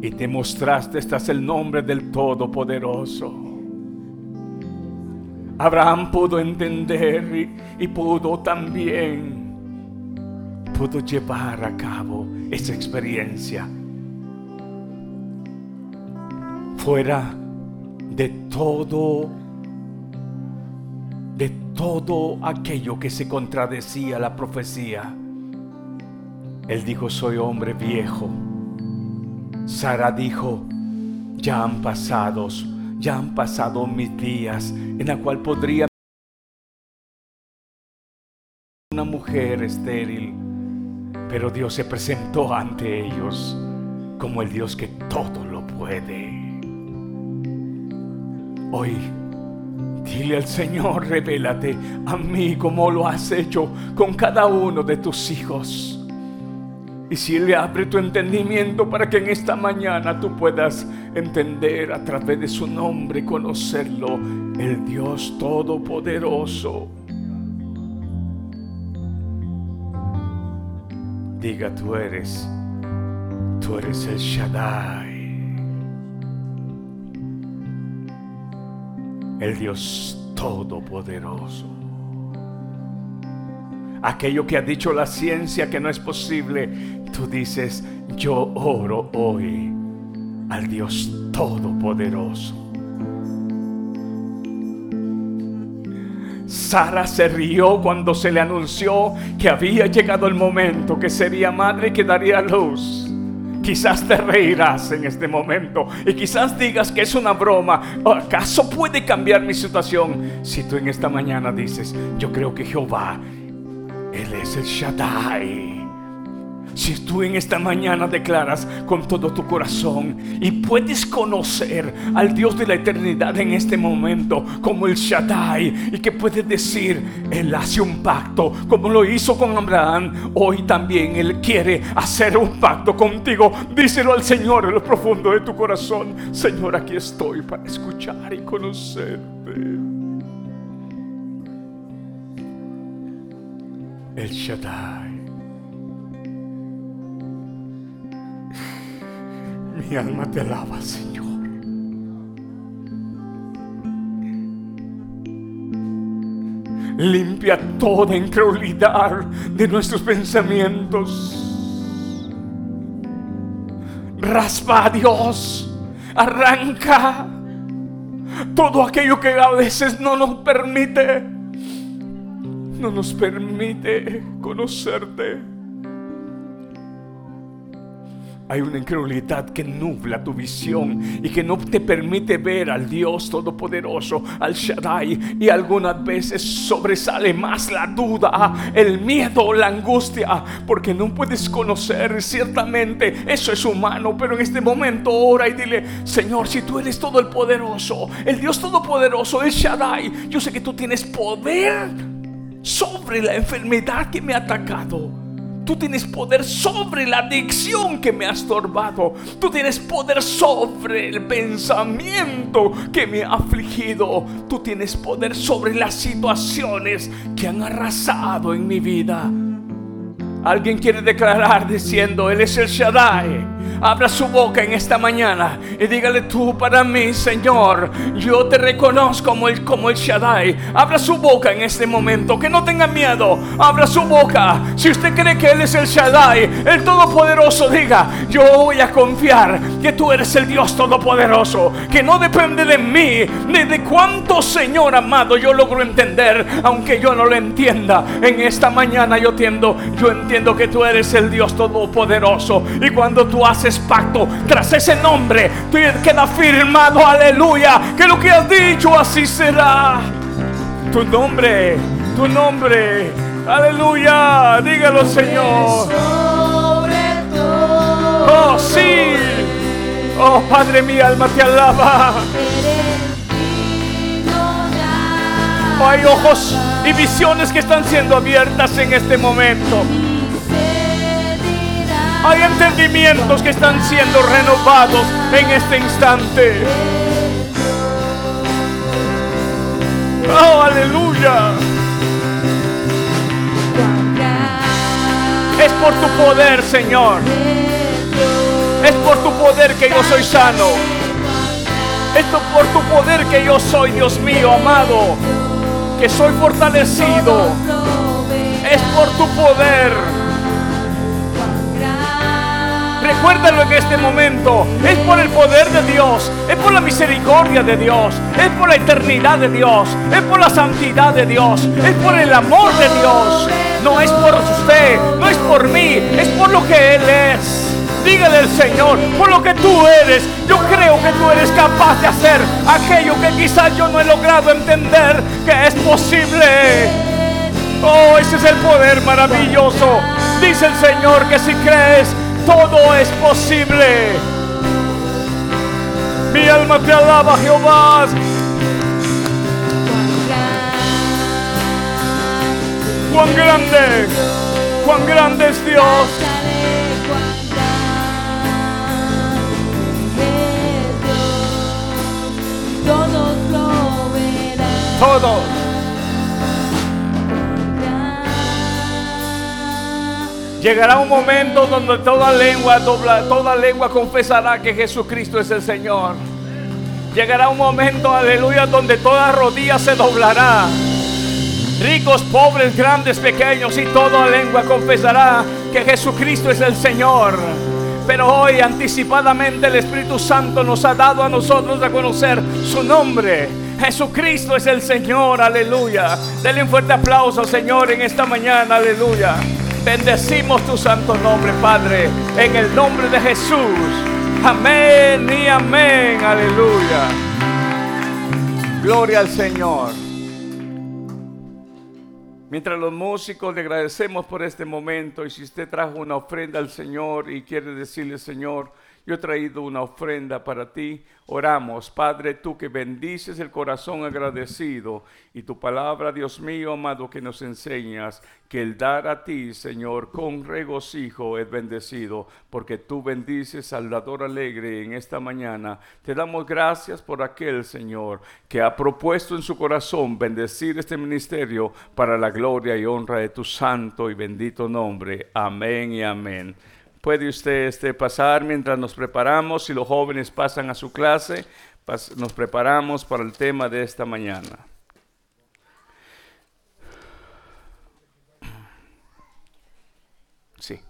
y te mostraste, estás el nombre del Todopoderoso. Abraham pudo entender y, y pudo también, pudo llevar a cabo esa experiencia fuera de todo de todo aquello que se contradecía la profecía. Él dijo, soy hombre viejo. Sara dijo, ya han pasado, ya han pasado mis días en la cual podría una mujer estéril, pero Dios se presentó ante ellos como el Dios que todo lo puede. Hoy Dile al Señor, revélate a mí como lo has hecho con cada uno de tus hijos. Y si le abre tu entendimiento para que en esta mañana tú puedas entender a través de su nombre, conocerlo, el Dios Todopoderoso. Diga, tú eres, tú eres el Shaddai. el Dios Todopoderoso. Aquello que ha dicho la ciencia que no es posible, tú dices, yo oro hoy al Dios Todopoderoso. Sara se rió cuando se le anunció que había llegado el momento, que sería madre y que daría luz. Quizás te reirás en este momento y quizás digas que es una broma. ¿Acaso puede cambiar mi situación? Si tú en esta mañana dices, yo creo que Jehová, Él es el Shaddai. Si tú en esta mañana declaras con todo tu corazón y puedes conocer al Dios de la eternidad en este momento como el Shaddai y que puedes decir, Él hace un pacto como lo hizo con Abraham, hoy también Él quiere hacer un pacto contigo. Díselo al Señor en lo profundo de tu corazón. Señor, aquí estoy para escuchar y conocerte. El Shaddai. Mi alma te alaba, Señor. Limpia toda incredulidad de nuestros pensamientos. Raspa a Dios. Arranca todo aquello que a veces no nos permite. No nos permite conocerte. Hay una incredulidad que nubla tu visión y que no te permite ver al Dios Todopoderoso, al Shaddai. Y algunas veces sobresale más la duda, el miedo, la angustia, porque no puedes conocer ciertamente. Eso es humano, pero en este momento ora y dile, Señor, si tú eres todo el poderoso, el Dios Todopoderoso, el Shaddai, yo sé que tú tienes poder sobre la enfermedad que me ha atacado. Tú tienes poder sobre la adicción que me ha estorbado. Tú tienes poder sobre el pensamiento que me ha afligido. Tú tienes poder sobre las situaciones que han arrasado en mi vida. Alguien quiere declarar diciendo, Él es el Shaddai. Abra su boca en esta mañana y dígale tú para mí, Señor, yo te reconozco como el, como el Shaddai. Abra su boca en este momento, que no tenga miedo. Abra su boca. Si usted cree que Él es el Shaddai, el Todopoderoso, diga, yo voy a confiar que tú eres el Dios Todopoderoso, que no depende de mí, ni de cuánto, Señor amado, yo logro entender, aunque yo no lo entienda. En esta mañana yo tiendo, yo entiendo entiendo que tú eres el Dios Todopoderoso. Y cuando tú haces pacto tras ese nombre, tú queda firmado, aleluya, que lo que has dicho así será. Tu nombre, tu nombre, aleluya, dígalo Señor. Oh, sí. Oh, Padre, mi alma te alaba. Oh, hay ojos y visiones que están siendo abiertas en este momento. Hay entendimientos que están siendo renovados en este instante. Oh, aleluya. Es por tu poder, Señor. Es por tu poder que yo soy sano. Es tu- por tu poder que yo soy, Dios mío, amado. Que soy fortalecido. Es por tu poder. Recuérdalo en este momento. Es por el poder de Dios. Es por la misericordia de Dios. Es por la eternidad de Dios. Es por la santidad de Dios. Es por el amor de Dios. No es por usted. No es por mí. Es por lo que Él es. Dígale al Señor, por lo que tú eres, yo creo que tú eres capaz de hacer aquello que quizás yo no he logrado entender que es posible. Oh, ese es el poder maravilloso. Dice el Señor que si crees, todo es posible. Mi alma te alaba, Jehová. Cuán grande, cuán grande es Dios. Todos lo verán. Todo. Llegará un momento donde toda lengua dobla- toda lengua confesará que Jesucristo es el Señor. Llegará un momento, aleluya, donde toda rodilla se doblará. Ricos, pobres, grandes, pequeños y toda lengua confesará que Jesucristo es el Señor. Pero hoy anticipadamente el Espíritu Santo nos ha dado a nosotros a conocer su nombre. Jesucristo es el Señor, aleluya. Denle un fuerte aplauso al Señor en esta mañana, aleluya. Bendecimos tu santo nombre, Padre, en el nombre de Jesús. Amén y amén, aleluya. Gloria al Señor. Mientras los músicos le agradecemos por este momento y si usted trajo una ofrenda al Señor y quiere decirle, Señor, yo he traído una ofrenda para ti, oramos, Padre, tú que bendices el corazón agradecido y tu palabra, Dios mío, amado, que nos enseñas que el dar a ti, Señor, con regocijo es bendecido, porque tú bendices al dador alegre en esta mañana. Te damos gracias por aquel, Señor, que ha propuesto en su corazón bendecir este ministerio para la gloria y honra de tu santo y bendito nombre. Amén y amén. Puede usted este, pasar mientras nos preparamos, si los jóvenes pasan a su clase, pas- nos preparamos para el tema de esta mañana. Sí.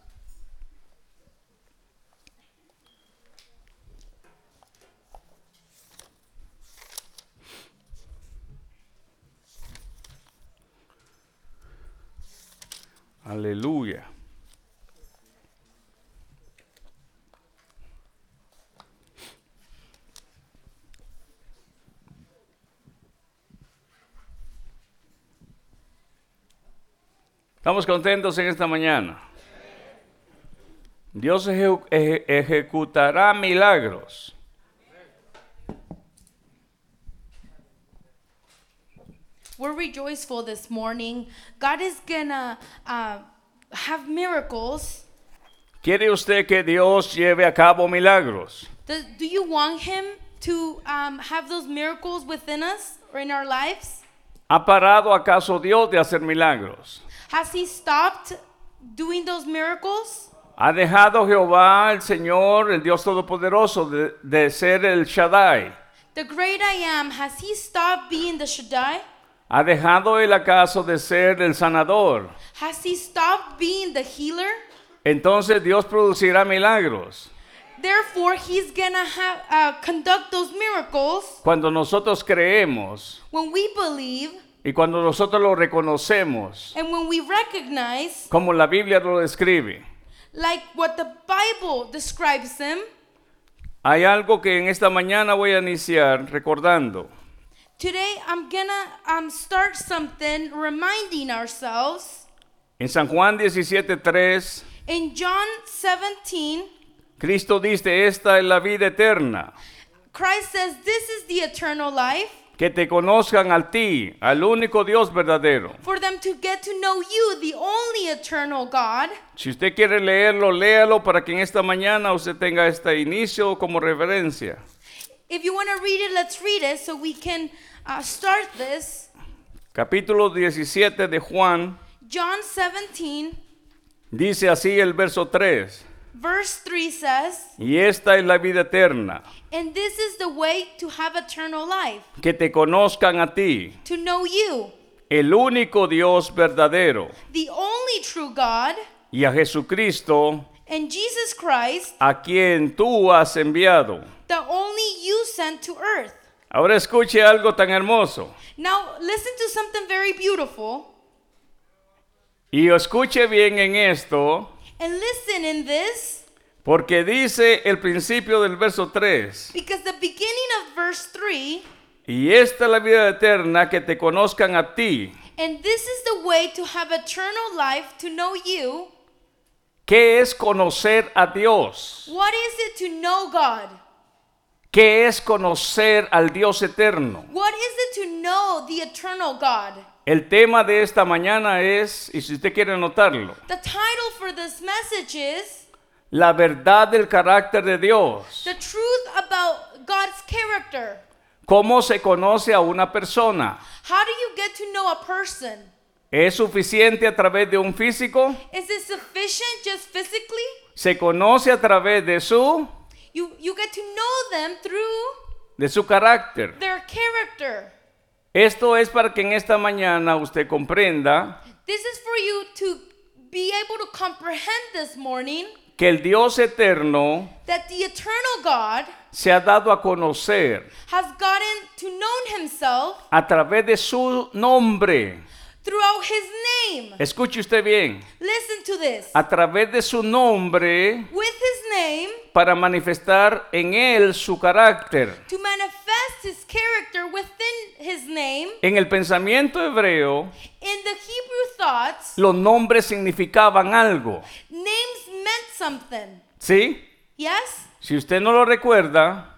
Aleluya. Estamos contentos en esta mañana. Dios eje- eje- ejecutará milagros. We're rejoiceful this morning. God is gonna uh, have miracles. ¿Quiere usted que Dios lleve a cabo milagros? Does, do you want Him to um, have those miracles within us or in our lives? ¿Ha parado acaso Dios de hacer milagros? Has He stopped doing those miracles? ¿Ha dejado Jehová, el Señor, el Dios Todopoderoso, de, de ser el Shaddai? The great I am, has He stopped being the Shaddai? ¿Ha dejado el acaso de ser el sanador? Has He stopped being the healer? Entonces Dios producirá milagros. Therefore, He's gonna have uh, conduct those miracles Cuando nosotros creemos when we believe y cuando nosotros lo reconocemos, and when we recognize, como la Biblia lo describe, like what the Bible describes Him. hay algo que en esta mañana voy a iniciar recordando. Today, I'm gonna um, start something reminding ourselves. En San Juan 17:3, In John 17, Cristo dice, esta es la vida eterna, Christ says, This is the eternal life, que te conozcan a ti, al único Dios verdadero. for them to get to know you, the only eternal God. Si usted quiere leerlo, léalo para que en esta mañana usted tenga este inicio como referencia. If you wanna read it, let's read it so we can uh, start this. Capítulo 17 de Juan John 17, dice así el verso 3. Verse 3 says, y esta es la vida eterna, And this is the way to have eternal life, que te conozcan a ti, to know you, el único Dios verdadero, the only true God, y a Jesucristo, and Jesus Christ, a quien tú has enviado. the only you sent to earth. Ahora escuche algo tan hermoso. Now, listen to something very beautiful, Y escuche bien en esto, and listen in this, porque dice el principio del verso 3, because the beginning of verse 3, y esta es la vida eterna, que te conozcan a ti. and this is the way to have eternal life, to know you. ¿Qué es conocer a Dios? What is it to know God? ¿Qué es conocer al Dios eterno? What is it to know the eternal God? El tema de esta mañana es, y si usted quiere anotarlo, The title for this message is la verdad del carácter de Dios. The Truth About God's Character. ¿Cómo se conoce a una persona? How do you get to know a person? ¿Es suficiente a través de un físico? Is it sufficient just physically? ¿Se conoce a través de su, You, you get to know them through de su carácter? their character. Esto es para que en esta mañana usted comprenda This is for you to be able to comprehend this morning que el Dios eterno that the eternal God se ha dado a conocer has gotten to know himself a través de su nombre. throughout his name. Escuche usted bien, Listen to this. a través de su nombre With his name, para manifestar en él su carácter. to manifest his character within his name, En el pensamiento hebreo, in the Hebrew thoughts, los nombres significaban algo, names meant something. ¿sí? Yes? Si usted no lo recuerda,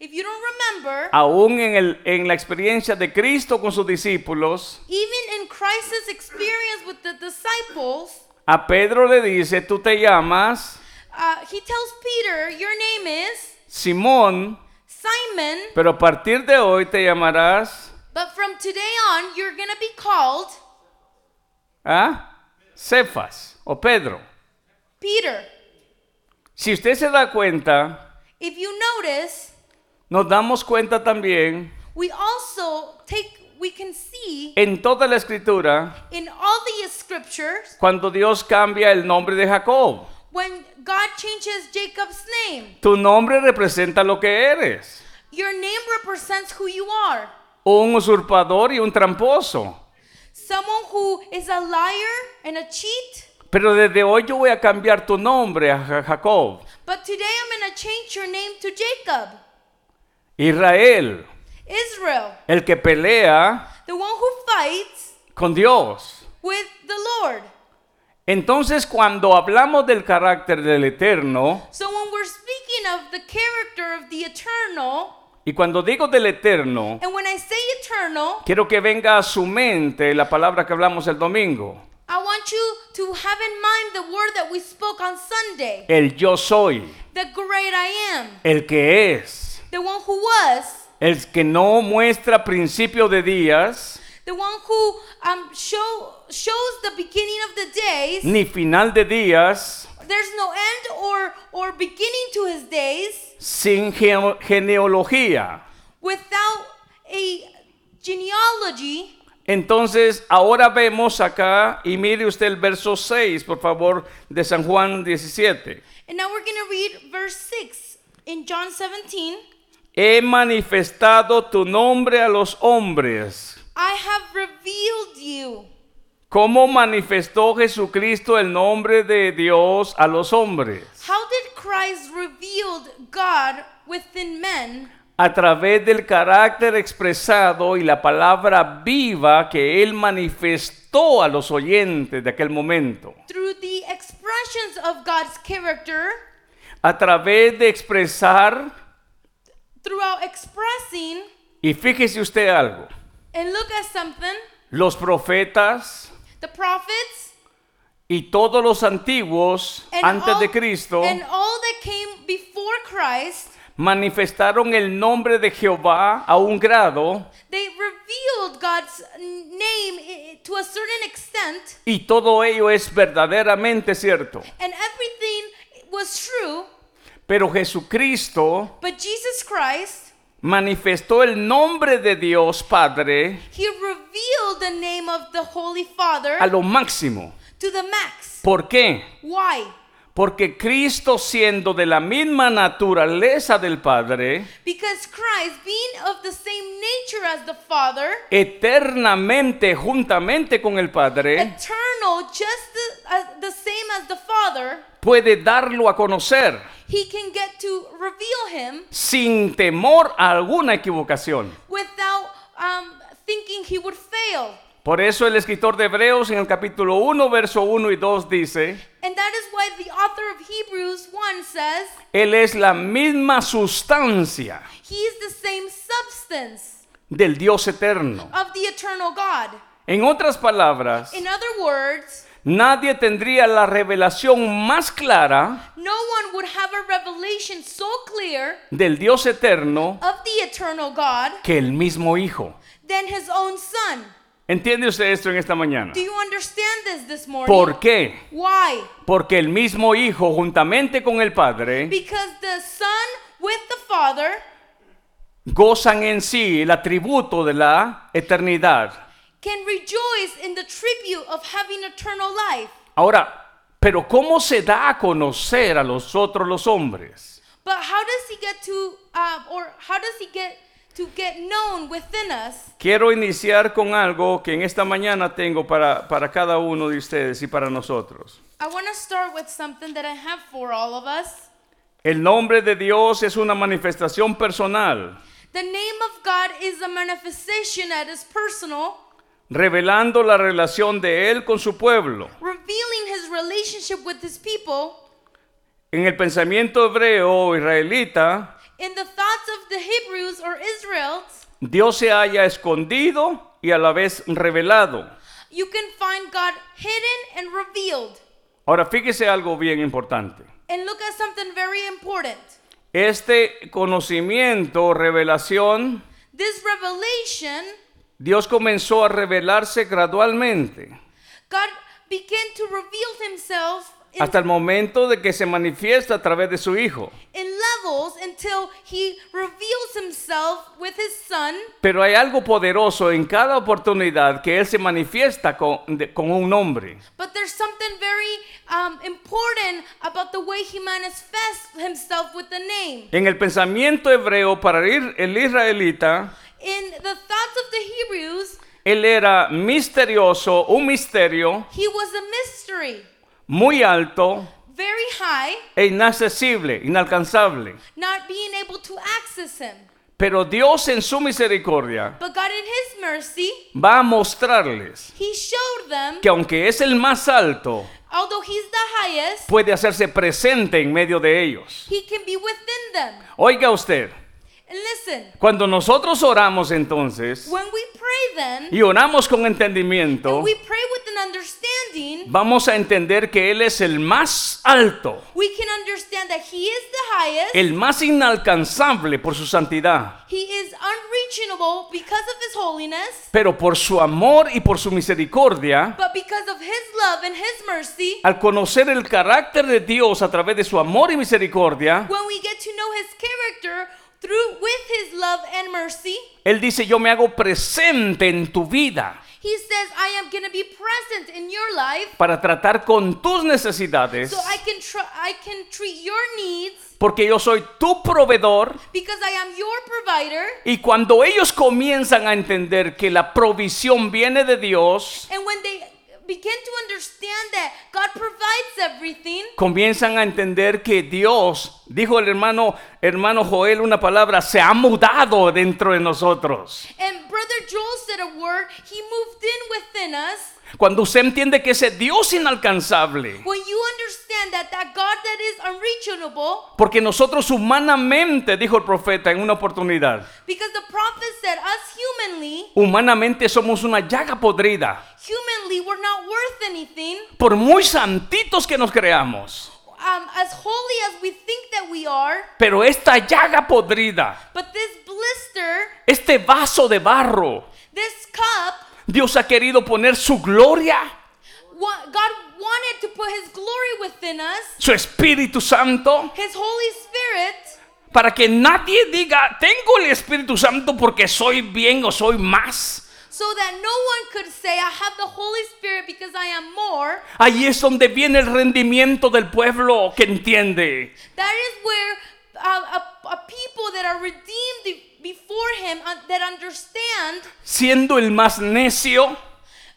If you don't remember, aún en, el- en la experiencia de Cristo con sus discípulos, even in Christ's experience with the disciples, a Pedro le dice, tú te llamas uh, he tells Peter, Your name is Simón, Simon, pero a partir de hoy te llamarás but from today on, you're going to be called ¿ah? Cefas o Pedro. Peter. Si usted se da cuenta, If you notice, nos damos cuenta también we also take, we can see en toda la escritura in all the scriptures cuando Dios cambia el nombre de Jacob. When God changes Jacob's name, Tu nombre representa lo que eres, your name represents who you are. un usurpador y un tramposo. Someone who is a liar and a cheat, Pero desde hoy yo voy a cambiar tu nombre a Ja- Jacob. but today I'm going to change your name to Jacob, Israel, Israel, el que pelea the one who fights con Dios. with the Lord. Entonces cuando hablamos del carácter del eterno, So when we're speaking of the character of the eternal, y cuando digo del eterno, and when I say eternal, quiero que venga a su mente la palabra que hablamos el domingo, I want you to have in mind the word that we spoke on Sunday el yo soy, the great I am, el que es, the one who was, el que no muestra principio de días The one who um, show, shows the beginning of the days. ni final de días, There's no end or, or beginning to his days sin geo- genealogía. without a genealogy. Entonces, ahora vemos acá, y mire usted el verso 6, por favor, de San Juan 17. And now we're going to read verse 6 in John 17. He manifestado tu nombre a los hombres. I have revealed you. ¿Cómo manifestó Jesucristo el nombre de Dios a los hombres? How did Christ revealed God within men? A través del carácter expresado y la palabra viva que Él manifestó a los oyentes de aquel momento. Through the expressions of God's character, A través de expresar, throughout expressing, y fíjese usted algo, and look at something, los profetas, the prophets, y todos los antiguos antes de Cristo And all that came before Christ, manifestaron el nombre de Jehová a un grado they revealed God's n- name i- to a certain extent, y todo ello es verdaderamente cierto. and everything was true, Pero Jesucristo but Jesus Christ, manifestó el nombre de Dios Padre he revealed the name of the Holy Father a lo máximo. to the max. ¿Por qué? Why? Porque Cristo siendo de la misma naturaleza del Padre, Because Christ, being of the same nature as the Father, eternamente juntamente con el Padre, eternal, just the, as, the same as the Father, puede darlo a conocer he can get to reveal him sin temor a alguna equivocación. without um, thinking he would fail. Por eso el escritor de Hebreos en el capítulo 1, verso 1 y 2 dice, And that is why the author of Hebrews 1 says, Él es la misma sustancia He is the same substance del Dios eterno. of the eternal God. En otras palabras, In other words, Nadie tendría la revelación más clara no one would have a revelation so clear del Dios eterno of the eternal God que el mismo Hijo. than his own Son. ¿Entiende usted esto en esta mañana? Do you understand this this morning? ¿Por qué? Why? Porque el mismo Hijo, juntamente con el Padre, Because the Son with the Father gozan en sí el atributo de la eternidad. can rejoice in the tribute of having eternal life. Ahora, pero ¿cómo se da a conocer a los otros los hombres? But how does he get to, uh, or how does he get to get known within us? Quiero iniciar con algo que en esta mañana tengo para, para cada uno de ustedes y para nosotros. I want to start with something that I have for all of us. El nombre de Dios es una manifestación personal, The name of God is a manifestation that is personal, revelando la relación de Él con su pueblo. revealing his relationship with his people. En el pensamiento hebreo o israelita, In the thoughts of the Hebrews or Israelites, Dios se halla escondido y a la vez revelado. you can find God hidden and revealed. Ahora fíjese algo bien importante. And look at something very important. Este conocimiento, o revelación, This revelation, Dios comenzó a revelarse gradualmente God began to reveal himself in, hasta el momento de que se manifiesta a través de su Hijo. in levels until he reveals himself with his son. Pero hay algo poderoso en cada oportunidad que Él se manifiesta con, de- con un nombre. But there's something very um, important about the way he manifests himself with the name. En el pensamiento hebreo, para ir- el israelita, In the thoughts of the Hebrews, Él era misterioso, un misterio he was a mystery, muy alto very high, e inaccesible, inalcanzable. not being able to access him. Pero Dios en su misericordia But God, in his mercy, va a mostrarles he showed them, que aunque es el más alto, although he's the highest, puede hacerse presente en medio de ellos. he can be within them. Oiga usted, And listen, cuando nosotros oramos entonces when we pray then, y oramos con entendimiento, and we pray with an understanding, vamos a entender que Él es el más alto, we can understand that He is the highest, el más inalcanzable por su santidad, He is unreachable because of His holiness, pero por su amor y por su misericordia, but because of His love and His mercy, al conocer el carácter de Dios a través de su amor y misericordia, when we get to know His character through with His love and mercy, Él dice, yo me hago presente en tu vida He says, I am going to be present in your life para tratar con tus necesidades, so I can, tr- I can treat your needs porque yo soy tu proveedor. because I am your provider. Y cuando ellos comienzan a entender que la provisión viene de Dios, And when they begin to understand that God provides everything, comienzan a entender que Dios, dijo el hermano, hermano Joel una palabra, se ha mudado dentro de nosotros. and Brother Joel said a word, he moved in within us. Cuando usted entiende que ese Dios inalcanzable, When you understand that that God that is unreachable, porque nosotros humanamente, dijo el profeta en una oportunidad, because the prophet said us humanly, humanamente somos una llaga podrida, humanly we're not worth anything. por muy santitos que nos creamos. Um, as holy as we think that we are, Pero esta llaga podrida, but this blister, este vaso de barro, this cup, Dios ha querido poner su gloria what God wanted to put His glory within us, su Espíritu Santo, His Holy Spirit, para que nadie diga, tengo el Espíritu Santo porque soy bien o soy más. so that no one could say, I have the Holy Spirit because I am more. Ahí es donde viene el rendimiento del pueblo que entiende. That is where uh, a, a people that are redeemed be- before Him uh, that understand Siendo el más necio,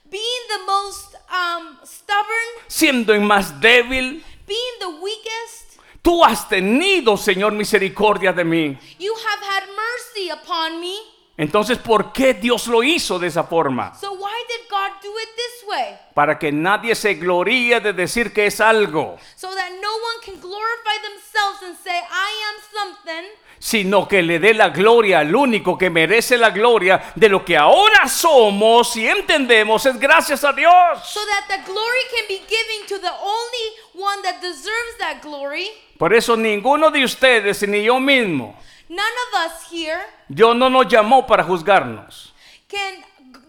being the most um, stubborn, siendo el más débil, being the weakest, tú has tenido, Señor, misericordia de mí. you have had mercy upon me. Entonces, ¿por qué Dios lo hizo de esa forma? So why did God do it this way? Para que nadie se gloríe de decir que es algo, So that no one can glorify themselves and say, I am something, sino que le dé la gloria al único que merece la gloria de lo que ahora somos y entendemos es gracias a Dios. so that the glory can be given to the only one that deserves that glory. Por eso ninguno de ustedes, ni yo mismo, None of us here Dios no nos llamó para juzgarnos. can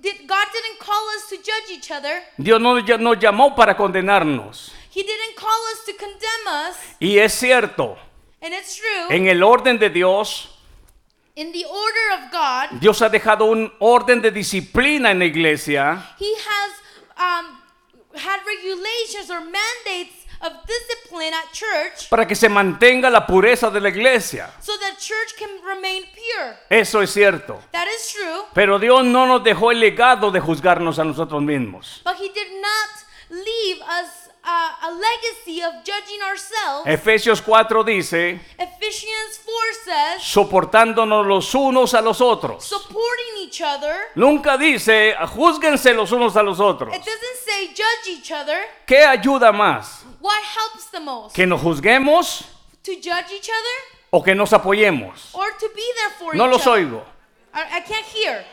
did, God didn't call us to judge each other. Dios no nos ll- nos llamó para condenarnos. He didn't call us to condemn us, Y es cierto, and it's true. en el orden de Dios, In the order of God, Dios ha dejado un orden de disciplina en la iglesia He has um, had regulations or mandates of discipline at church para que se mantenga la pureza de la iglesia. so that church can remain pure. Eso es cierto. That is true, Pero Dios no nos dejó el legado de juzgarnos a nosotros mismos. but He did not leave us uh, a legacy of judging ourselves. Efesios 4 dice, Ephesians 4 says, soportándonos los unos a los otros. supporting each other. Nunca dice, juzguense los unos a los otros. It doesn't say judge each other. ¿Qué ayuda más? What helps the most? ¿Que nos juzguemos To judge each other o que nos apoyemos? or to be there for No each los other? oigo. I, I can't hear.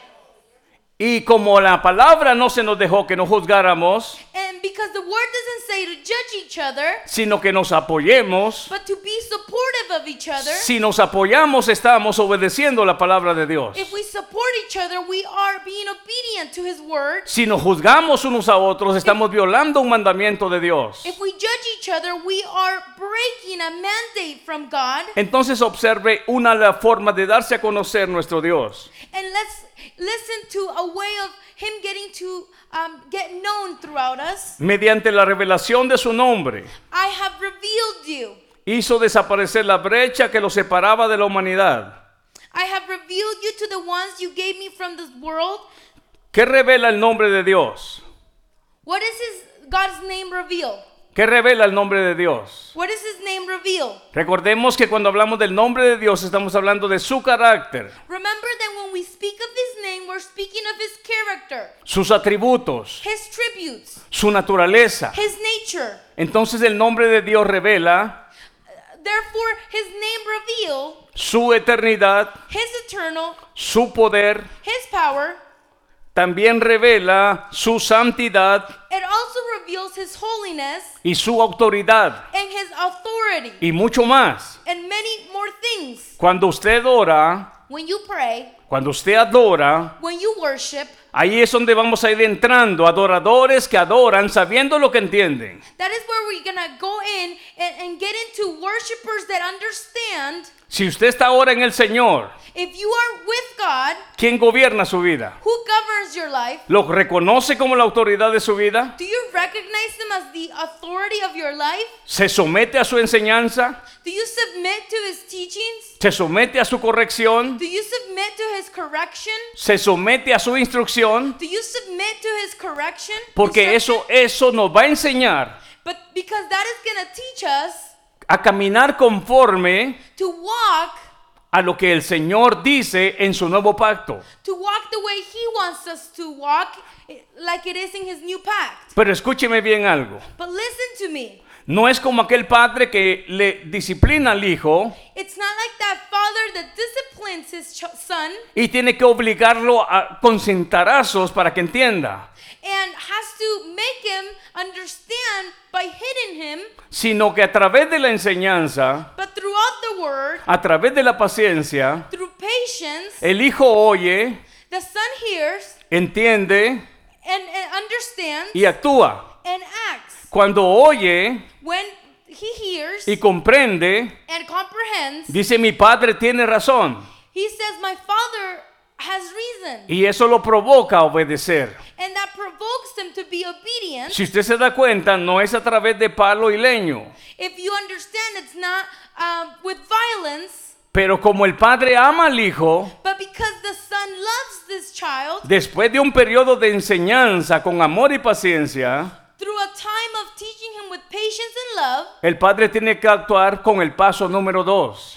Y como la palabra no se nos dejó que nos juzgáramos, And because the word doesn't say to judge each other, sino que nos apoyemos, but to be supportive of each other, si nos apoyamos estamos obedeciendo la palabra de Dios. if we support each other, we are being obedient to his word. Si nos juzgamos unos a otros, estamos violando un mandamiento de Dios. If we judge each other, we are breaking a mandate from God. Entonces observe una la forma de darse a conocer nuestro Dios. And let's listen to a way of him getting to um, get known throughout us. Mediante la revelación de su nombre, I have revealed you. hizo desaparecer la brecha que lo separaba de la humanidad. I have revealed you to the ones you gave me from this world. ¿Qué revela el nombre de Dios? What is his God's name reveal? ¿Qué revela el nombre de Dios? What is his name reveal? Recordemos que cuando hablamos del nombre de Dios estamos hablando de su carácter, Remember that when we speak of his name, we're speaking of his character, sus atributos, his tributes, su naturaleza. his nature. Entonces el nombre de Dios revela Therefore, his name reveal su eternidad, his eternal, su poder, his power. también revela su santidad It also reveals his holiness y su autoridad and his authority y mucho más. and many more things. Cuando usted ora, When you pray, cuando usted adora, when you worship, ahí es donde vamos a ir entrando, adoradores que adoran sabiendo lo que entienden. that is where we're gonna go in and, and get into worshipers that understand Si usted está ahora en el Señor, if you are with God, ¿quién gobierna su vida? who governs your life? ¿Lo reconoce como la autoridad de su vida? Do you recognize him as the authority of your life? ¿Se somete a su enseñanza? Do you submit to his teachings? ¿Se somete a su corrección? Do you submit to his correction? ¿Se somete a su instrucción? Do you submit to his correction? Porque eso, Instruction? eso nos va a enseñar But because that is going to teach us a caminar conforme to walk, a lo que el Señor dice en su nuevo pacto. to walk the way he wants us to walk, eh, like it is in his new pact. Pero escúcheme bien algo. But listen to me. No es como aquel padre que le disciplina al hijo It's not like that father that disciplines his ch- son y tiene que obligarlo a con cintarazos para que entienda, and has to make him understand by hitting him, sino que a través de la enseñanza, but throughout the word, a través de la paciencia, through patience, el hijo oye, the son hears entiende and, and understands y actúa. and acts. Cuando oye When he hears y comprende, and comprehends, dice mi padre tiene razón. he says, My father has reason. Y eso lo provoca a obedecer. And that provokes him to be obedient. Si usted se da cuenta, no es a través de palo y leño. If you understand, it's not um, with violence, Pero como el padre ama al hijo, but because the son loves this child, después de un periodo de enseñanza con amor y paciencia, through a time of teaching him with patience and love, el padre tiene que actuar con el paso número dos.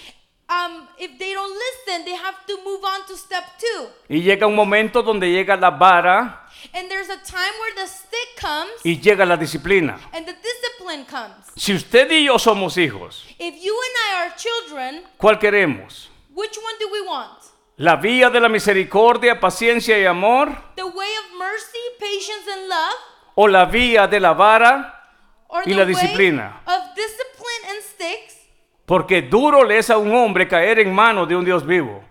um, if they don't listen, they have to move on to step two. Y llega un momento donde llega la vara And there's a time where the stick comes y llega la disciplina. and the discipline comes. Si usted y yo somos hijos, If you and I are children, ¿cuál queremos? which one do we want? ¿La vía de la misericordia, paciencia y amor? The way of mercy, patience, and love, ¿O la vía de la vara? or Y the la way disciplina. of discipline and sticks? Porque duro le es a un hombre caer en manos de un Dios vivo.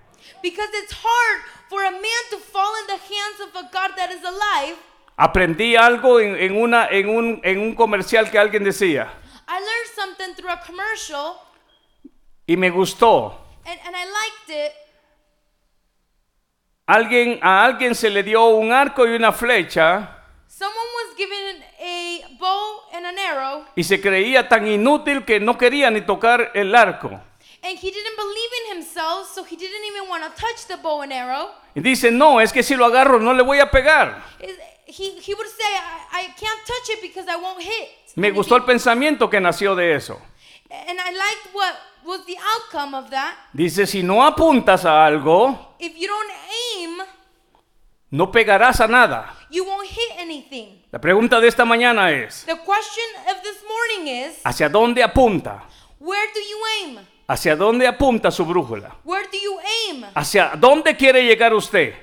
Because it's hard for a man to fall in the hands of a God that is alive. Aprendí algo en, en una, en, un, en un comercial que alguien decía I learned something through a commercial y me gustó. and, and I liked it. Alguien, a alguien se le dio un arco y una flecha Someone was given a bow and an arrow, y se creía tan inútil que no quería ni tocar el arco. and he didn't believe in himself, so he didn't even want to touch the bow and arrow. Y dice, no, es que si lo agarro no le voy a pegar. Is- He, he would say, I, I can't touch it because I won't hit. Me gustó el pensamiento que nació de eso. And I liked what was the outcome of that. Dice, si no apuntas a algo, If you don't aim, no pegarás a nada. you won't hit anything. La pregunta de esta mañana es, The question of this morning is ¿hacia dónde apunta? Where do you aim? ¿Hacia dónde apunta su brújula? Where do you aim? ¿Hacia dónde quiere llegar usted?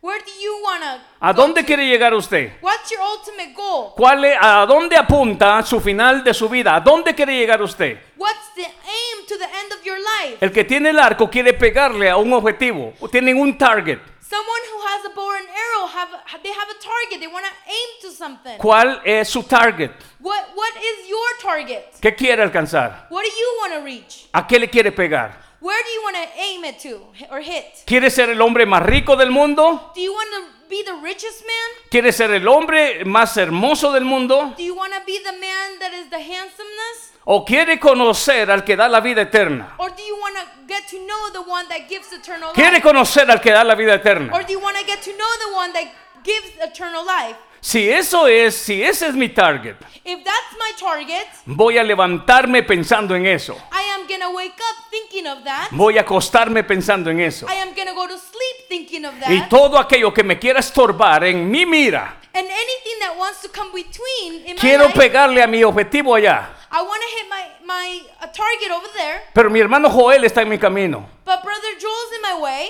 Where do you wanna? ¿A dónde quiere llegar usted? What's your ultimate goal? ¿Cuál es- ¿A dónde apunta su final de su vida? ¿A dónde quiere llegar usted? What's the aim to the end of your life? El que tiene el arco quiere pegarle a un objetivo. o Tienen un target. Someone who has a bow and arrow have they have a target. They wanna aim to something. ¿Cuál es su target? What what is your target? ¿Qué quiere alcanzar? What do you wanna reach? ¿A qué le quiere pegar? Where do you wanna aim it to hi- or hit? ¿Quiere ser el hombre más rico del mundo? Do you wanna be the richest man? ¿Quiere ser el hombre más hermoso del mundo? Do you wanna be the man that is the handsomeness? ¿O quiere conocer al que da la vida eterna? Or do you wanna get to know the one that gives eternal ¿Quiere life? conocer al que da la vida Or eterna? do you wanna get to know the one that gives eternal life? Si eso es, si ese es mi target, If that's my target, voy a levantarme pensando en eso. I am gonna wake up thinking of that. Voy a acostarme pensando en eso. I am gonna go to sleep thinking of Y that. todo aquello que me quiera estorbar en mi mira, And anything that wants to come between in my quiero life, pegarle a mi objetivo allá. I wanna hit my my a target over there. Pero mi hermano Joel está en mi camino. But brother Joel's in my way.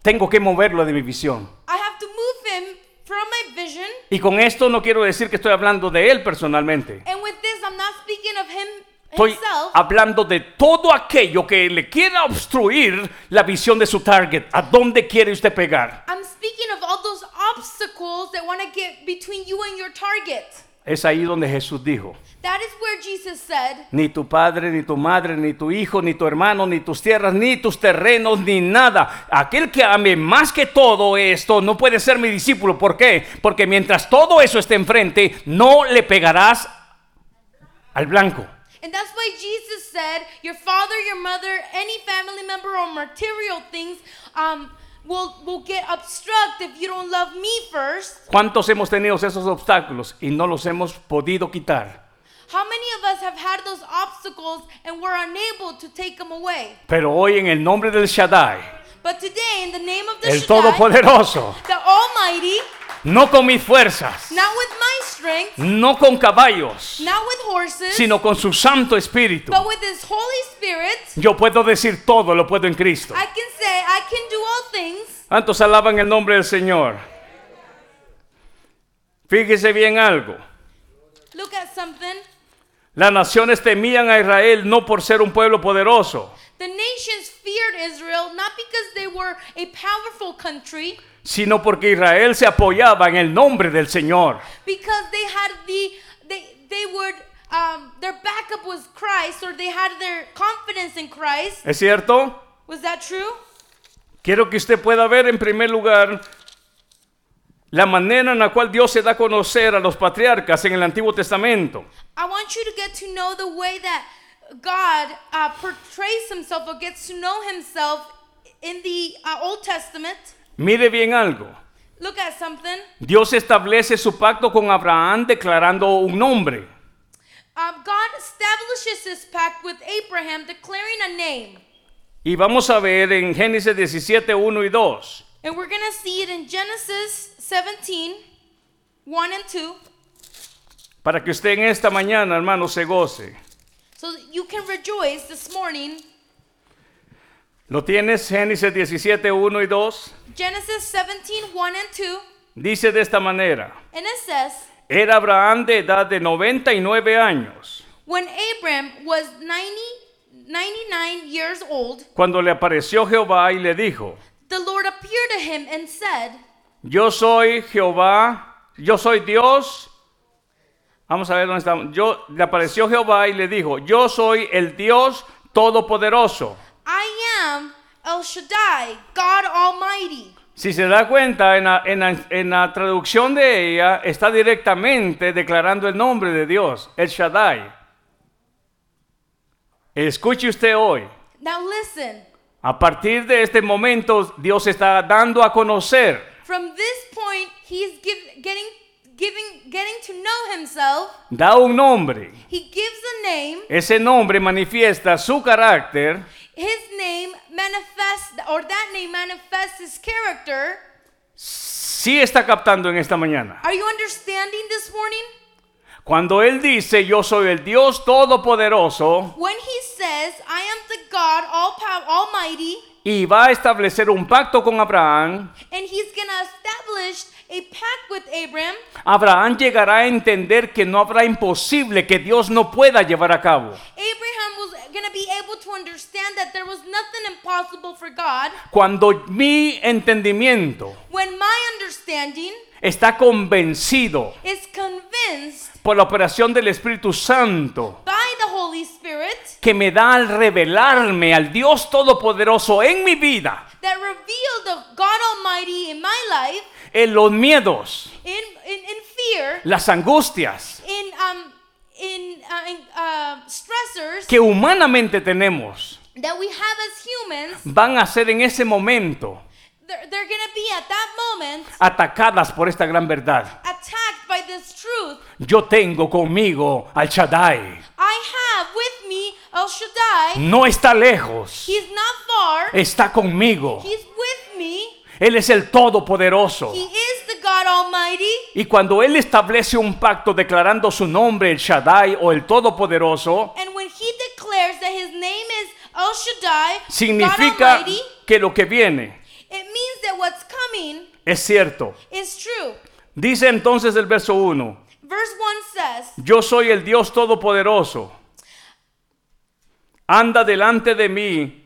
Tengo que moverlo de mi visión. I have to move him from my vision. Y con esto no quiero decir que estoy hablando de él personalmente. And with this, I'm not speaking of him Estoy himself. hablando de todo aquello que le quiera obstruir la visión de su target. ¿A dónde quiere usted pegar? I'm speaking of all those obstacles that want to get between you and your target. Es ahí donde Jesús dijo, That is where Jesus said, ni tu padre, ni tu madre, ni tu hijo, ni tu hermano, ni tus tierras, ni tus terrenos, ni nada. Aquel que ame más que todo esto no puede ser mi discípulo. ¿Por qué? Porque mientras todo eso esté enfrente, no le pegarás al blanco. and that's why Jesus said, Your father, your mother, any family member, or material things um, will, will get obstruct if you don't love me first. ¿Cuántos hemos tenido esos obstáculos y no los hemos podido quitar? How many of us have had those obstacles and were unable to take them away? Pero hoy en el nombre del Shaddai, But today, in the name of the el Shaddai, Todopoderoso, the Almighty, no con mis fuerzas, not with my strength, no con caballos, not with horses, sino con su Santo Espíritu, But with His Holy Spirit, yo puedo decir todo, lo puedo en Cristo. I can say, I can do all things. ¿Cuántos alaban el nombre del Señor? Fíjese bien algo. Look at something. Las naciones temían a Israel no por ser un pueblo poderoso, The nations feared Israel not because they were a powerful country, sino porque Israel se apoyaba en el nombre del Señor. because they had the, they, they would um, their backup was Christ or they had their confidence in Christ. ¿Es cierto? Was that true? Quiero que usted pueda ver en primer lugar la manera en la cual Dios se da a conocer a los patriarcas en el Antiguo Testamento. I want you to get to know the way that God uh, portrays himself or gets to know himself in the uh, Old Testament. Mire bien algo. Look at something. Dios establece su pacto con Abraham declarando un nombre. Um, God establishes his pact with Abraham, declaring a name. Y vamos a ver en Génesis 17, 1 y 2. And we're going to see it in Genesis 17 1 and 2. Para que usted en esta mañana, hermano, se goce. So that you can rejoice this morning. ¿Lo tienes? Génesis 17, 1 y 2. Genesis 17 1 and 2. Dice de esta manera. And it says, Era Abraham de edad de 99 años When Abram was 90, 99 years old, cuando le apareció Jehová y le dijo, the Lord appeared to him and said, yo soy Jehová, yo soy Dios. Vamos a ver dónde estamos. Yo, le apareció Jehová y le dijo, yo soy el Dios Todopoderoso. I am El Shaddai, God Almighty. Si se da cuenta, en la, en la- en la traducción de ella está directamente declarando el nombre de Dios, el Shaddai. Escuche usted hoy, Now listen, a partir de este momento Dios está dando a conocer from this point, he's give, getting, giving, getting to know himself. da un nombre. He gives a name. Ese nombre manifiesta su carácter His name manifests, or that name manifests his character. sí está captando en esta mañana. Are you understanding this morning? Cuando él dice yo soy el Dios todopoderoso When he says, I am the God all pow- Almighty, y va a establecer un pacto con Abraham, and he's going to establish a pact with Abram, Abraham llegará a entender que no habrá imposible que Dios no pueda llevar a cabo. Abraham was going to be able to understand that there was nothing impossible for God. Cuando mi entendimiento When my understanding está convencido is convinced por la operación del Espíritu Santo by the Holy Spirit que me da al revelarme al Dios Todopoderoso en mi vida, that revealed of God Almighty in my life, en los miedos, in, in, in fear, las angustias in, um, in, uh, in uh, stressors que humanamente tenemos that we have as humans, van a ser en ese momento they're, they're going to be at that moment atacadas por esta gran verdad. attacked by this truth. Yo tengo conmigo al Shaddai. I have with me El Shaddai. No está lejos. He's not far. Está conmigo. He's with me. Él es el Todopoderoso. He is the God Almighty. Y cuando Él establece un pacto declarando su nombre, el Shaddai o el Todopoderoso, And when he declares that his name is El Shaddai, God significa Almighty, que lo que viene it means that what's coming es cierto. is true. Dice entonces el verso 1, Verse 1 says, Yo soy el Dios Todopoderoso. Anda delante de mí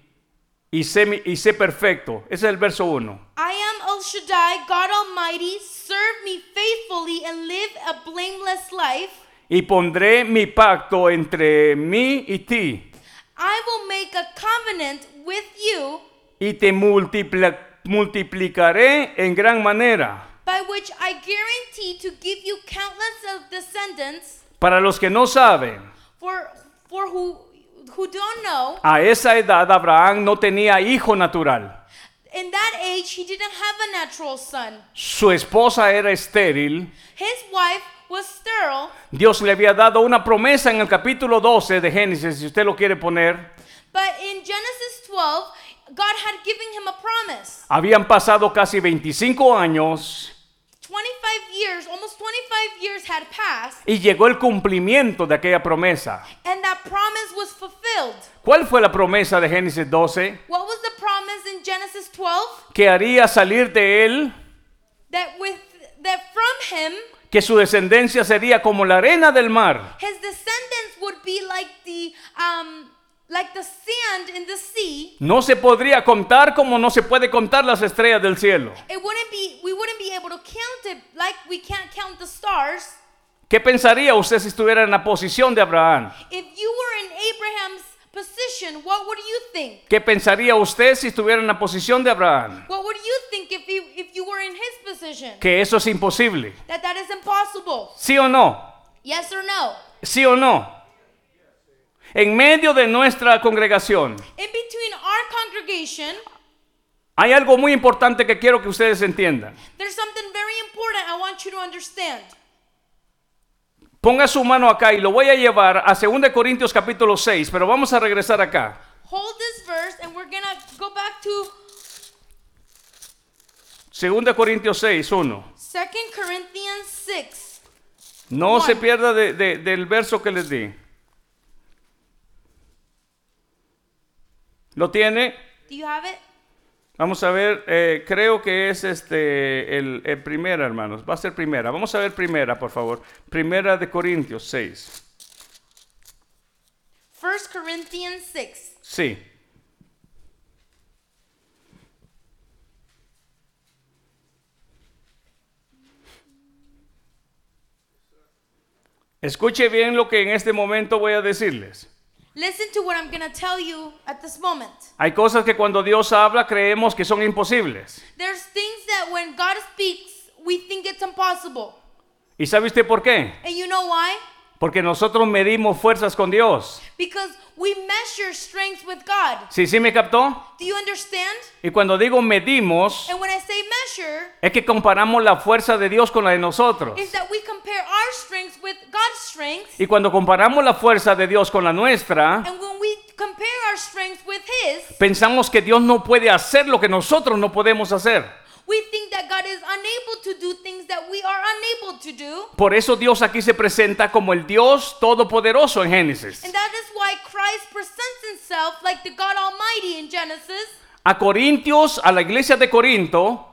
y sé, mi- y sé perfecto. Ese es el verso 1. I am El Shaddai, God Almighty. Serve me faithfully and live a blameless life. Y pondré mi pacto entre mí y ti. I will make a covenant with you Y te multipla- multiplicaré en gran manera. by which I guarantee to give you countless of descendants Para los que no saben, for for who who don't know a esa edad Abraham no tenía hijo natural. in that age he didn't have a natural son Su esposa era estéril. his wife was sterile Dios le había dado una promesa en el capítulo 12 de Génesis, si usted lo quiere poner. but in genesis 12 god had given him a promise Habían pasado casi 25 años 25 years almost 25 years had passed y llegó el cumplimiento de aquella promesa. and that promise was fulfilled ¿Cuál fue la promesa de Génesis 12? what was the promise in genesis 12 Que haría salir de él, that with that from him que su descendencia sería como la arena del mar His descendants would be like the um, like the sand in the sea. No se podría contar como no se puede contar las estrellas del cielo. It wouldn't be we wouldn't be able to count it like we can't count the stars. ¿Qué pensaría usted si estuviera en la posición de Abraham? If you were in Abraham's position, what would you think? ¿Qué pensaría usted si estuviera en la posición de Abraham? What would you think if you, if you were in his position? Que eso es imposible. That that is impossible. ¿Sí o no? Yes or no? ¿Sí o no? En medio de nuestra congregación In between our congregation, hay algo muy importante que quiero que ustedes entiendan. there's something very important I want you to understand. Ponga su mano acá y lo voy a llevar a 2 Corintios capítulo 6, pero vamos a regresar acá. Hold this verse and we're going to go back to 2 Corintios 6, 1. 2 Corinthians 6. No Juan. se pierda de- de- del verso que les di. ¿Lo tiene? Do you have it? Vamos a ver, eh, creo que es este el, el primera, hermanos. Va a ser primera. Vamos a ver primera, por favor. Primera de Corintios 6. 1 Corinthians 6. Sí. Escuche bien lo que en este momento voy a decirles. Listen to what I'm going to tell you at this moment. Hay cosas que cuando Dios habla creemos que son imposibles. There's things that when God speaks, we think it's impossible. ¿Y sabe usted por qué? And you know why? Porque nosotros medimos fuerzas con Dios. Because we measure strength with God. ¿Sí, sí me captó? Do you understand? Y cuando digo medimos, And when I say measure, es que comparamos la fuerza de Dios con la de nosotros. is that we compare our strengths with God's strengths. Y cuando comparamos la fuerza de Dios con la nuestra, And when we compare our strengths with His, pensamos que Dios no puede hacer lo que nosotros no podemos hacer. we think that God is unable to do things that we are unable to do. Por eso Dios aquí se presenta como el Dios todopoderoso en Génesis. And that is why Christ presents Himself like the God Almighty in Genesis. A Corintios, a la iglesia de Corinto,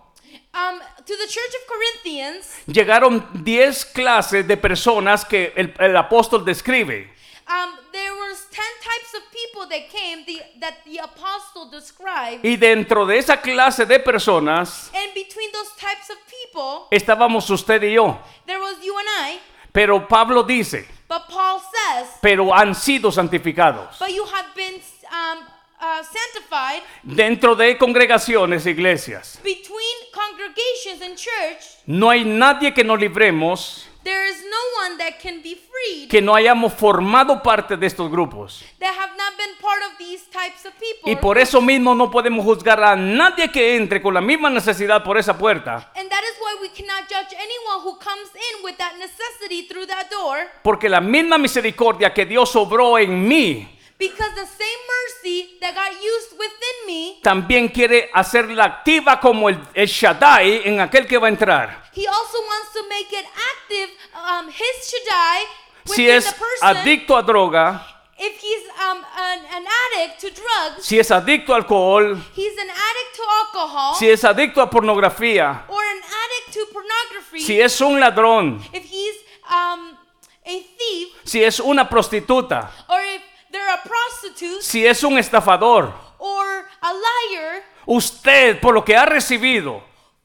Um, to the Church of Corinthians, Llegaron 10 clases de personas que el, el apóstol describe. um, there was ten types of people that came the, that the apostle described, Y dentro de esa clase de personas and between those types of people, estábamos usted y yo. there was you and I. Pero Pablo dice, But Paul says, pero han sido santificados. "But you have been um, uh, sanctified Dentro de congregaciones, iglesias, between congregations and church. no hay nadie que nos libremos There is no one that can be freed que no hayamos formado parte de estos grupos. that have not been part of these types of people." Y por eso mismo no podemos juzgar a nadie que entre con la misma necesidad por esa puerta, and that is why we cannot judge anyone who comes in with that necessity through that door. porque la misma misericordia que Dios obró en mí Because the same mercy that got used within me, también quiere hacerla activa como el, el Shaddai en aquel que va a entrar. he also wants to make it active, um, his Shaddai Si within es the person. adicto a droga, if he's um, an, an addict to drugs, si es adicto a alcohol, he's an addict to alcohol, si es adicto a pornografía, or an addict to pornography, si es un ladrón, if he's um, a thief, si es una prostituta, or if they're a prostitute, si es un estafador, or a liar, usted por lo que ha recibido,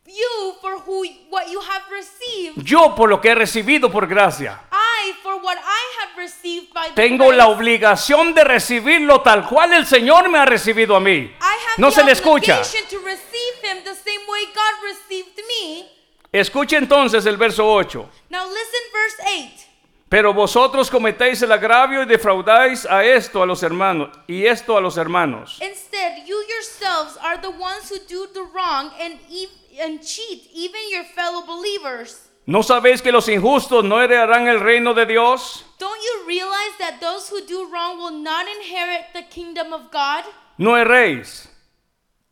you for who what you have received, yo por lo que he recibido por gracia, I for what I have received by the tengo la grace obligación de recibirlo tal cual el Señor me ha recibido a mí. I have No the se le escucha. obligation to receive him the same way God received me. Escuche entonces el verso 8. Now listen verse 8. Pero vosotros cometéis el agravio y defraudáis a esto a los hermanos y esto a los hermanos. Instead, you yourselves are the ones who do the wrong and ev- and cheat even your fellow believers. ¿No sabéis que los injustos no heredarán el reino de Dios? Don't you realize that those who do wrong will not inherit the kingdom of God? No erréis,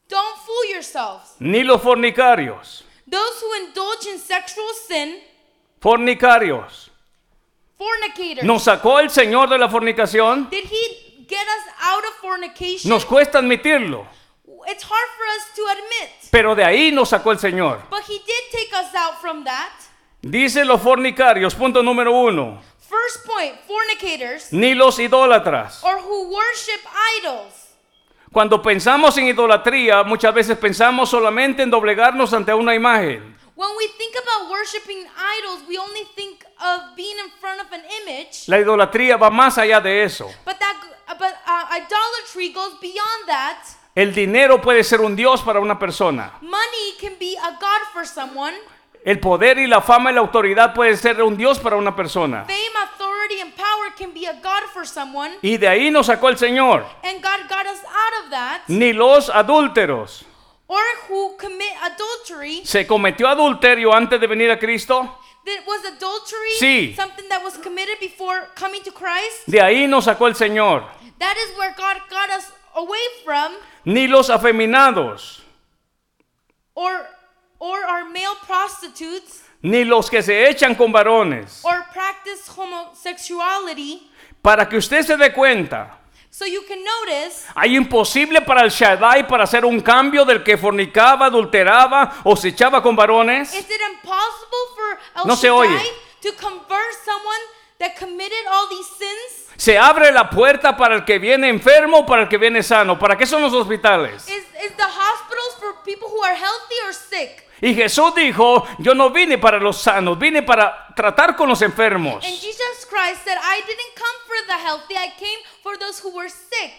Don't fool yourselves. ni los fornicarios, Those who indulge in sexual sin, fornicarios. fornicators. ¿Nos sacó el Señor de la fornicación? Did he get us out of fornication? Nos cuesta admitirlo, It's hard for us to admit. pero de ahí nos sacó el Señor. But he did take us out from that. Dice los fornicarios, punto número uno, First point fornicators ni los idólatras. or who worship idols. Cuando pensamos en idolatría, muchas veces pensamos solamente en doblegarnos ante una imagen. When we think about worshiping idols, we only think of being in front of an image, La idolatría va más allá de eso. but that but uh, idolatry goes beyond that. El dinero puede ser un dios para una persona. Money can be a god for someone. El poder y la fama y la autoridad pueden ser un dios para una persona. Fame, authority, and power can be a god for someone, Y de ahí nos sacó el Señor. and God got us out of that. Ni los adúlteros. Or who commit adultery? ¿Se cometió adulterio antes de venir a Cristo? That was adultery Sí. something that was committed before coming to Christ? De ahí nos sacó el Señor. That is where God got us away from, Ni los afeminados. or or are male prostitutes, Ni los que se echan con varones. or practice homosexuality. Para que usted se dé cuenta. So you can notice Hay imposible para el Shaddai para hacer un cambio del que fornicaba, adulteraba o se echaba con varones. Is it impossible for El No se Shaddai oye. to convert someone that committed all these sins? Se abre la puerta para el que viene enfermo o para el que viene sano. ¿Para qué son los hospitales? Is, is the hospitals for people who are healthy or sick? Y Jesús dijo, yo no vine para los sanos, vine para tratar con los And enfermos. Jesus Christ said, I didn't come for the healthy, I came for those who were sick.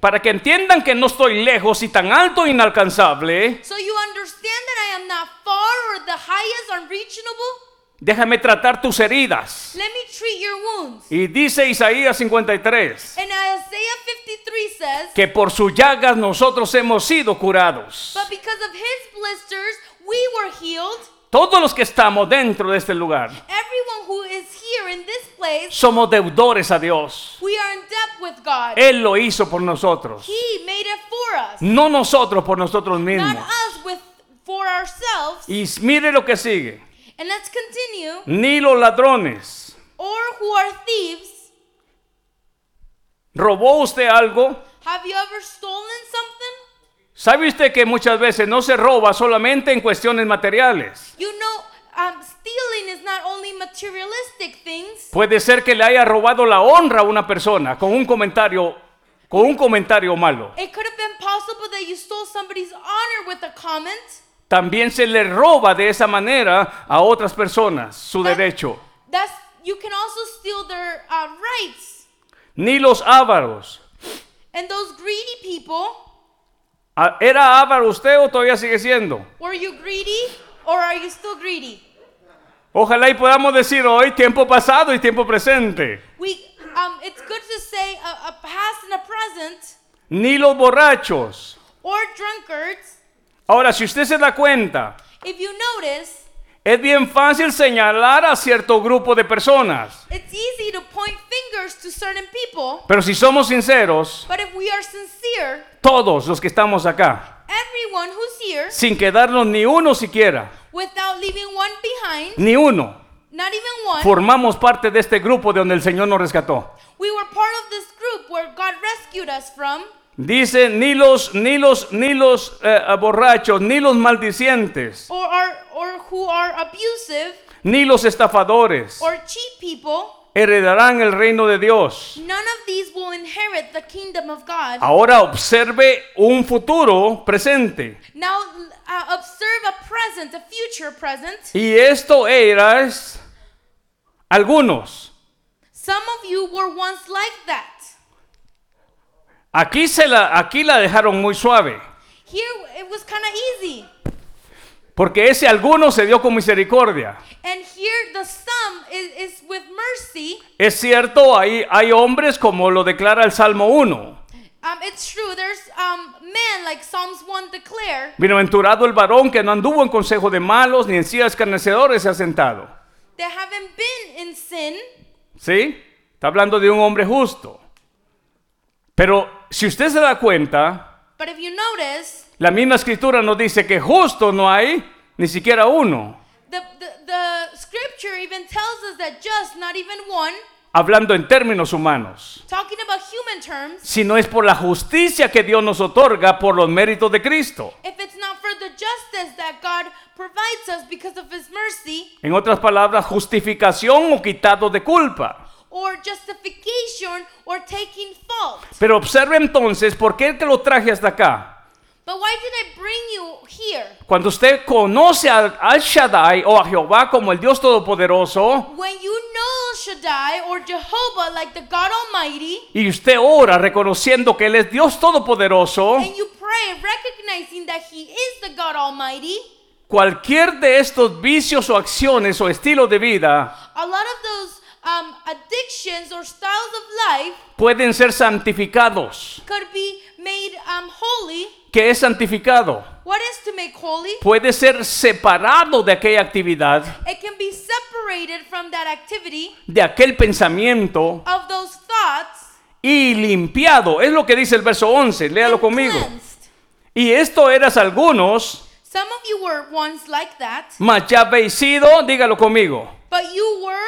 Para que entiendan que no estoy lejos y tan alto e inalcanzable, So you understand that I am not far or the highest unreachable? déjame tratar tus heridas. Let me treat your wounds. Y dice Isaías 53, And Isaiah 53 says, que por sus llagas nosotros hemos sido curados. But because of his blisters, we were healed. Todos los que estamos dentro de este lugar Everyone who is here in this place, somos deudores a Dios. we are in debt with God. Él lo hizo por nosotros. He made it for us, No nosotros por nosotros not mismos. us with for ourselves. Y mire lo que sigue. And let's continue. Ni los ladrones. Or who are thieves? ¿Robó usted algo? Have you ever stolen something? ¿Sabe usted que muchas veces no se roba solamente en cuestiones materiales? You know, um, stealing is not only materialistic things. Puede ser que le haya robado la honra a una persona con un comentario, con un comentario malo. It could have been possible that you stole somebody's honor with a comment. También se le roba de esa manera a otras personas su derecho. That's you can also steal their uh, rights. Ni los ávaros. And those greedy people, Ah, ¿Era avaro usted o todavía sigue siendo? were you greedy or are you still greedy? Ojalá y podamos decir hoy tiempo pasado y tiempo presente. We, um, it's good to say a, a past and a present Ni los borrachos. or drunkards. Ahora, si usted se da cuenta, If you notice, es bien fácil señalar a cierto grupo de personas. it's easy to point fingers to certain people, Pero si somos sinceros, but if we are sincere, todos los que estamos acá, everyone who's here, sin quedarnos ni uno siquiera, without leaving one behind, ni uno, not even one, formamos parte de este grupo de donde el Señor nos rescató. we were part of this group where God rescued us from. Dice, ni los, ni los, ni los eh, borrachos, ni los maldicientes, or are or who are abusive ni los estafadores or cheat people, heredarán el reino de Dios. none of these will inherit the kingdom of God. Ahora observe un futuro presente. Now uh, observe a present, a future present. Y esto era es, algunos. Some of you were once like that. Aquí se la aquí la dejaron muy suave, Here it was kind of easy, porque ese alguno se dio con misericordia. and here the sum is, is with mercy. Es cierto, hay hay hombres como lo declara el Salmo 1. Um, it's true. There's um men like Psalms one declare. Bienaventurado el varón que no anduvo en consejo de malos ni en sillas escarnecedores se ha sentado. They haven't been in sin. ¿Sí? Está hablando de un hombre justo. Pero si usted se da cuenta, But if you notice, La misma escritura nos dice que justo no hay ni siquiera uno. The, the, the scripture even tells us that just not even one, Hablando en términos humanos. talking about human terms, Si no es por la justicia que Dios nos otorga por los méritos de Cristo. if it's not for the justice that God provides us because of his mercy, En otras palabras, justificación o quitado de culpa. or justification, or taking fault. Pero observe entonces por qué el que lo traje hasta acá. But why did I bring you here? Cuando usted conoce al, al Shaddai o a Jehová como el Dios Todopoderoso When you know El Shaddai or Jehovah like the God Almighty, y usted ora reconociendo que Él es Dios Todopoderoso, and you pray recognizing that He is the God Almighty, cualquier de estos vicios o acciones o estilos de vida a lot of those um, addictions or styles of life pueden ser santificados. could be made um, holy. ¿Qué es santificado? What is to make holy? Puede ser separado de aquella actividad, It can be separated from that activity de aquel pensamiento of those thoughts. y limpiado. Es lo que dice el verso 11. Léalo and conmigo. cleansed. Y esto eras algunos, Some of you were once like that, mas ya habéis sido, dígalo conmigo, but you were,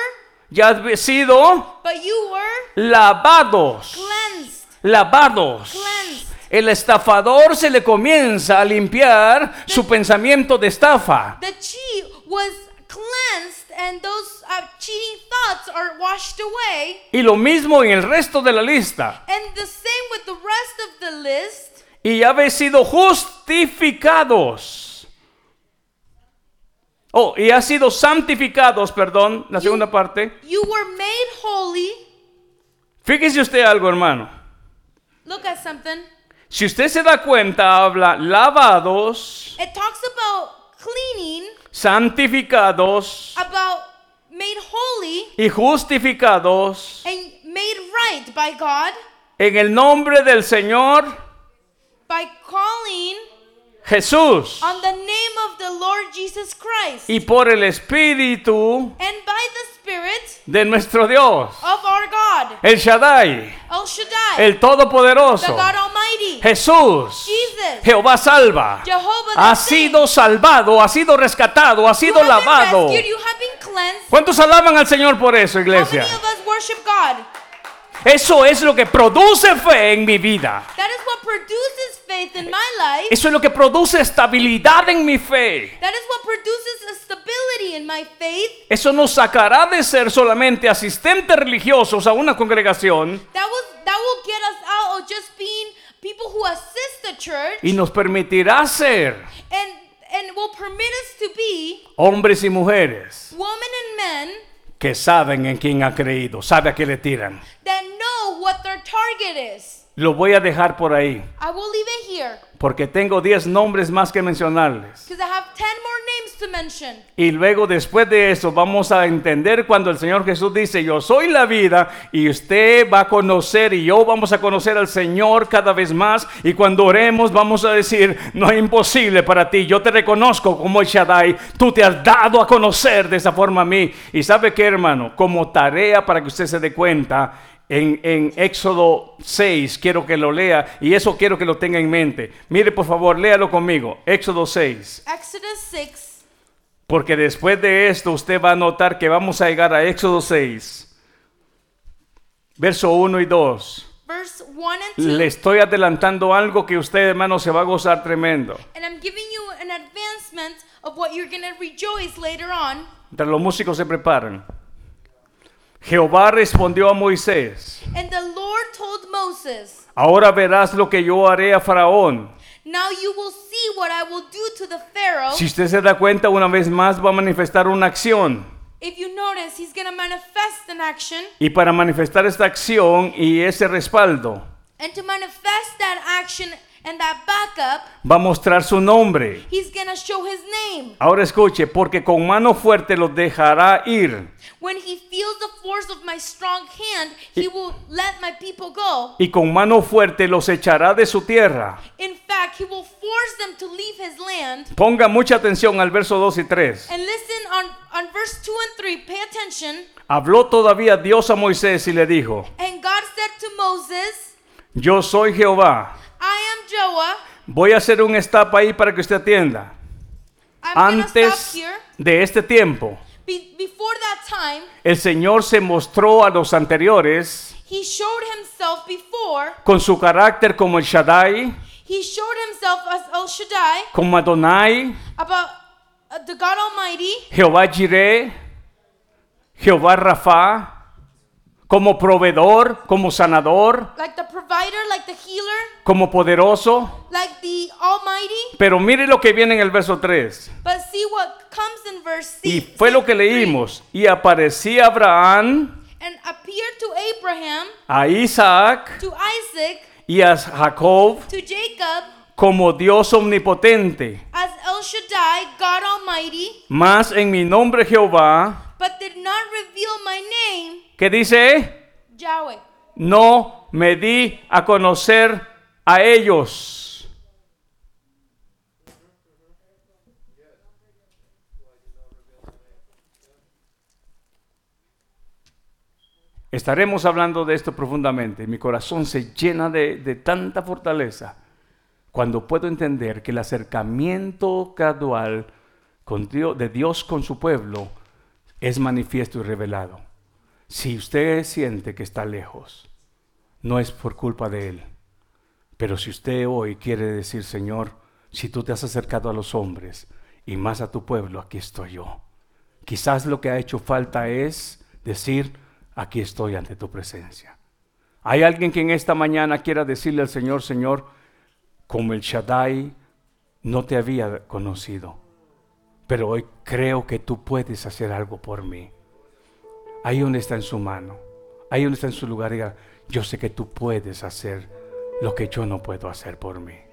ya habéis sido but you were lavados. cleansed. Lavados. Cleansed. El estafador se le comienza a limpiar su pensamiento de estafa. The chi was cleansed, and those uh, cheating thoughts are washed away. Y lo mismo en el resto de la lista. And the same with the rest of the list. Y ya habéis sido justificados. Oh, y ha sido santificados, perdón, la segunda parte. You were made holy. Fíjese usted algo, hermano. Look at something. Si usted se da cuenta, habla lavados, It talks about cleaning, santificados about made holy y justificados and made right by God en el nombre del Señor by calling Jesús on the name of the Lord Jesus Christ y por el Espíritu and by the Spirit de nuestro Dios, of our God, el Shaddai, El Shaddai, el the Todopoderoso, God Almighty, Jesús, Jesus. Jehová salva, Jehovah the ha Saint. sido salvado, ha sido rescatado, ha You sido have been lavado. rescued, you have been cleansed. ¿Cuántos alaban al Señor por eso, How iglesia? many of us worship God? Eso es lo que produce fe en mi vida. That is what produces faith in my life. Eso es lo que produce estabilidad en mi fe. That is what produces a stability in my faith. Eso nos sacará de ser solamente asistentes religiosos a una congregación That was that will get us out of just being people who assist the church y nos permitirá ser and and will permit us to be hombres y mujeres women and men que saben en quién ha creído, sabe a qué le tiran. that know what their target is. Lo voy a dejar por ahí I will leave it here porque tengo 10 nombres más que mencionarles. because I have 10 more names to mention. Y luego después de eso vamos a entender cuando el Señor Jesús dice, yo soy la vida y usted va a conocer y yo vamos a conocer al Señor cada vez más. Y cuando oremos vamos a decir, no es imposible para ti, yo te reconozco como el Shaddai, tú te has dado a conocer de esa forma a mí. Y sabe qué hermano, como tarea para que usted se dé cuenta. En, en Éxodo 6, quiero que lo lea y eso quiero que lo tenga en mente. Mire, por favor, léalo conmigo. Éxodo 6. Exodus 6. Porque después de esto usted va a notar que vamos a llegar a Éxodo 6, verso 1 y 2. Verse 1 and 2. Le estoy adelantando algo que usted, hermano, se va a gozar tremendo. And I'm giving you an advancement of what you're going to rejoice later on. Mientras los músicos se preparan. Jehová respondió a Moisés, And the Lord told Moses, ahora verás lo que yo haré a Faraón. Now you will see what I will do to the Pharaoh. Si usted se da cuenta, una vez más va a manifestar una acción. If you notice, he's going to manifest an action. Y para manifestar esta acción y ese respaldo, And to manifest that action and that backup, va a mostrar su nombre. he's going to show his name. Ahora escuche, porque con mano fuerte los dejará ir When he feels the force of my strong hand, he will let my people go. y con mano fuerte los echará de su tierra. In fact, he will force them to leave his land. Ponga mucha atención al verso 2 y 3. And listen on, on verse 2 and 3, pay attention. Habló todavía Dios a Moisés y le dijo, And God said to Moses, yo soy Jehová, I am Joah. voy a hacer un stop ahí para que usted atienda. I'm going to stop Antes here. de este tiempo, Be- before that time, el Señor se mostró a los anteriores he showed himself before. con su carácter como el Shaddai, He showed himself as El Shaddai, como Adonai, about uh, the God Almighty, Jehová Jireh, Jehová Rafa, como proveedor, como sanador, like the provider, like the healer, como poderoso. like the almighty. Pero mire lo que viene en el verso 3. But see what comes in verse Y six. fue lo que leímos. Y aparecía Abraham And appeared to Abraham, a Isaac to Isaac, y a Jacob to Jacob, como Dios omnipotente. as El Shaddai, God Almighty, Mas en mi nombre Jehová, but did not reveal my name, que dice, Yahweh. no me di a conocer a ellos. Estaremos hablando de esto profundamente. Mi corazón se llena de, de tanta fortaleza cuando puedo entender que el acercamiento gradual con Dio- de Dios con su pueblo es manifiesto y revelado. Si usted siente que está lejos, no es por culpa de Él. Pero si usted hoy quiere decir, Señor, si tú te has acercado a los hombres y más a tu pueblo, aquí estoy yo. Quizás lo que ha hecho falta es decir, aquí estoy ante tu presencia. Hay alguien que en esta mañana quiera decirle al Señor, Señor, como el Shaddai no te había conocido, pero hoy creo que tú puedes hacer algo por mí. Ahí donde está en su mano, ahí donde está en su lugar, diga, yo sé que tú puedes hacer lo que yo no puedo hacer por mí.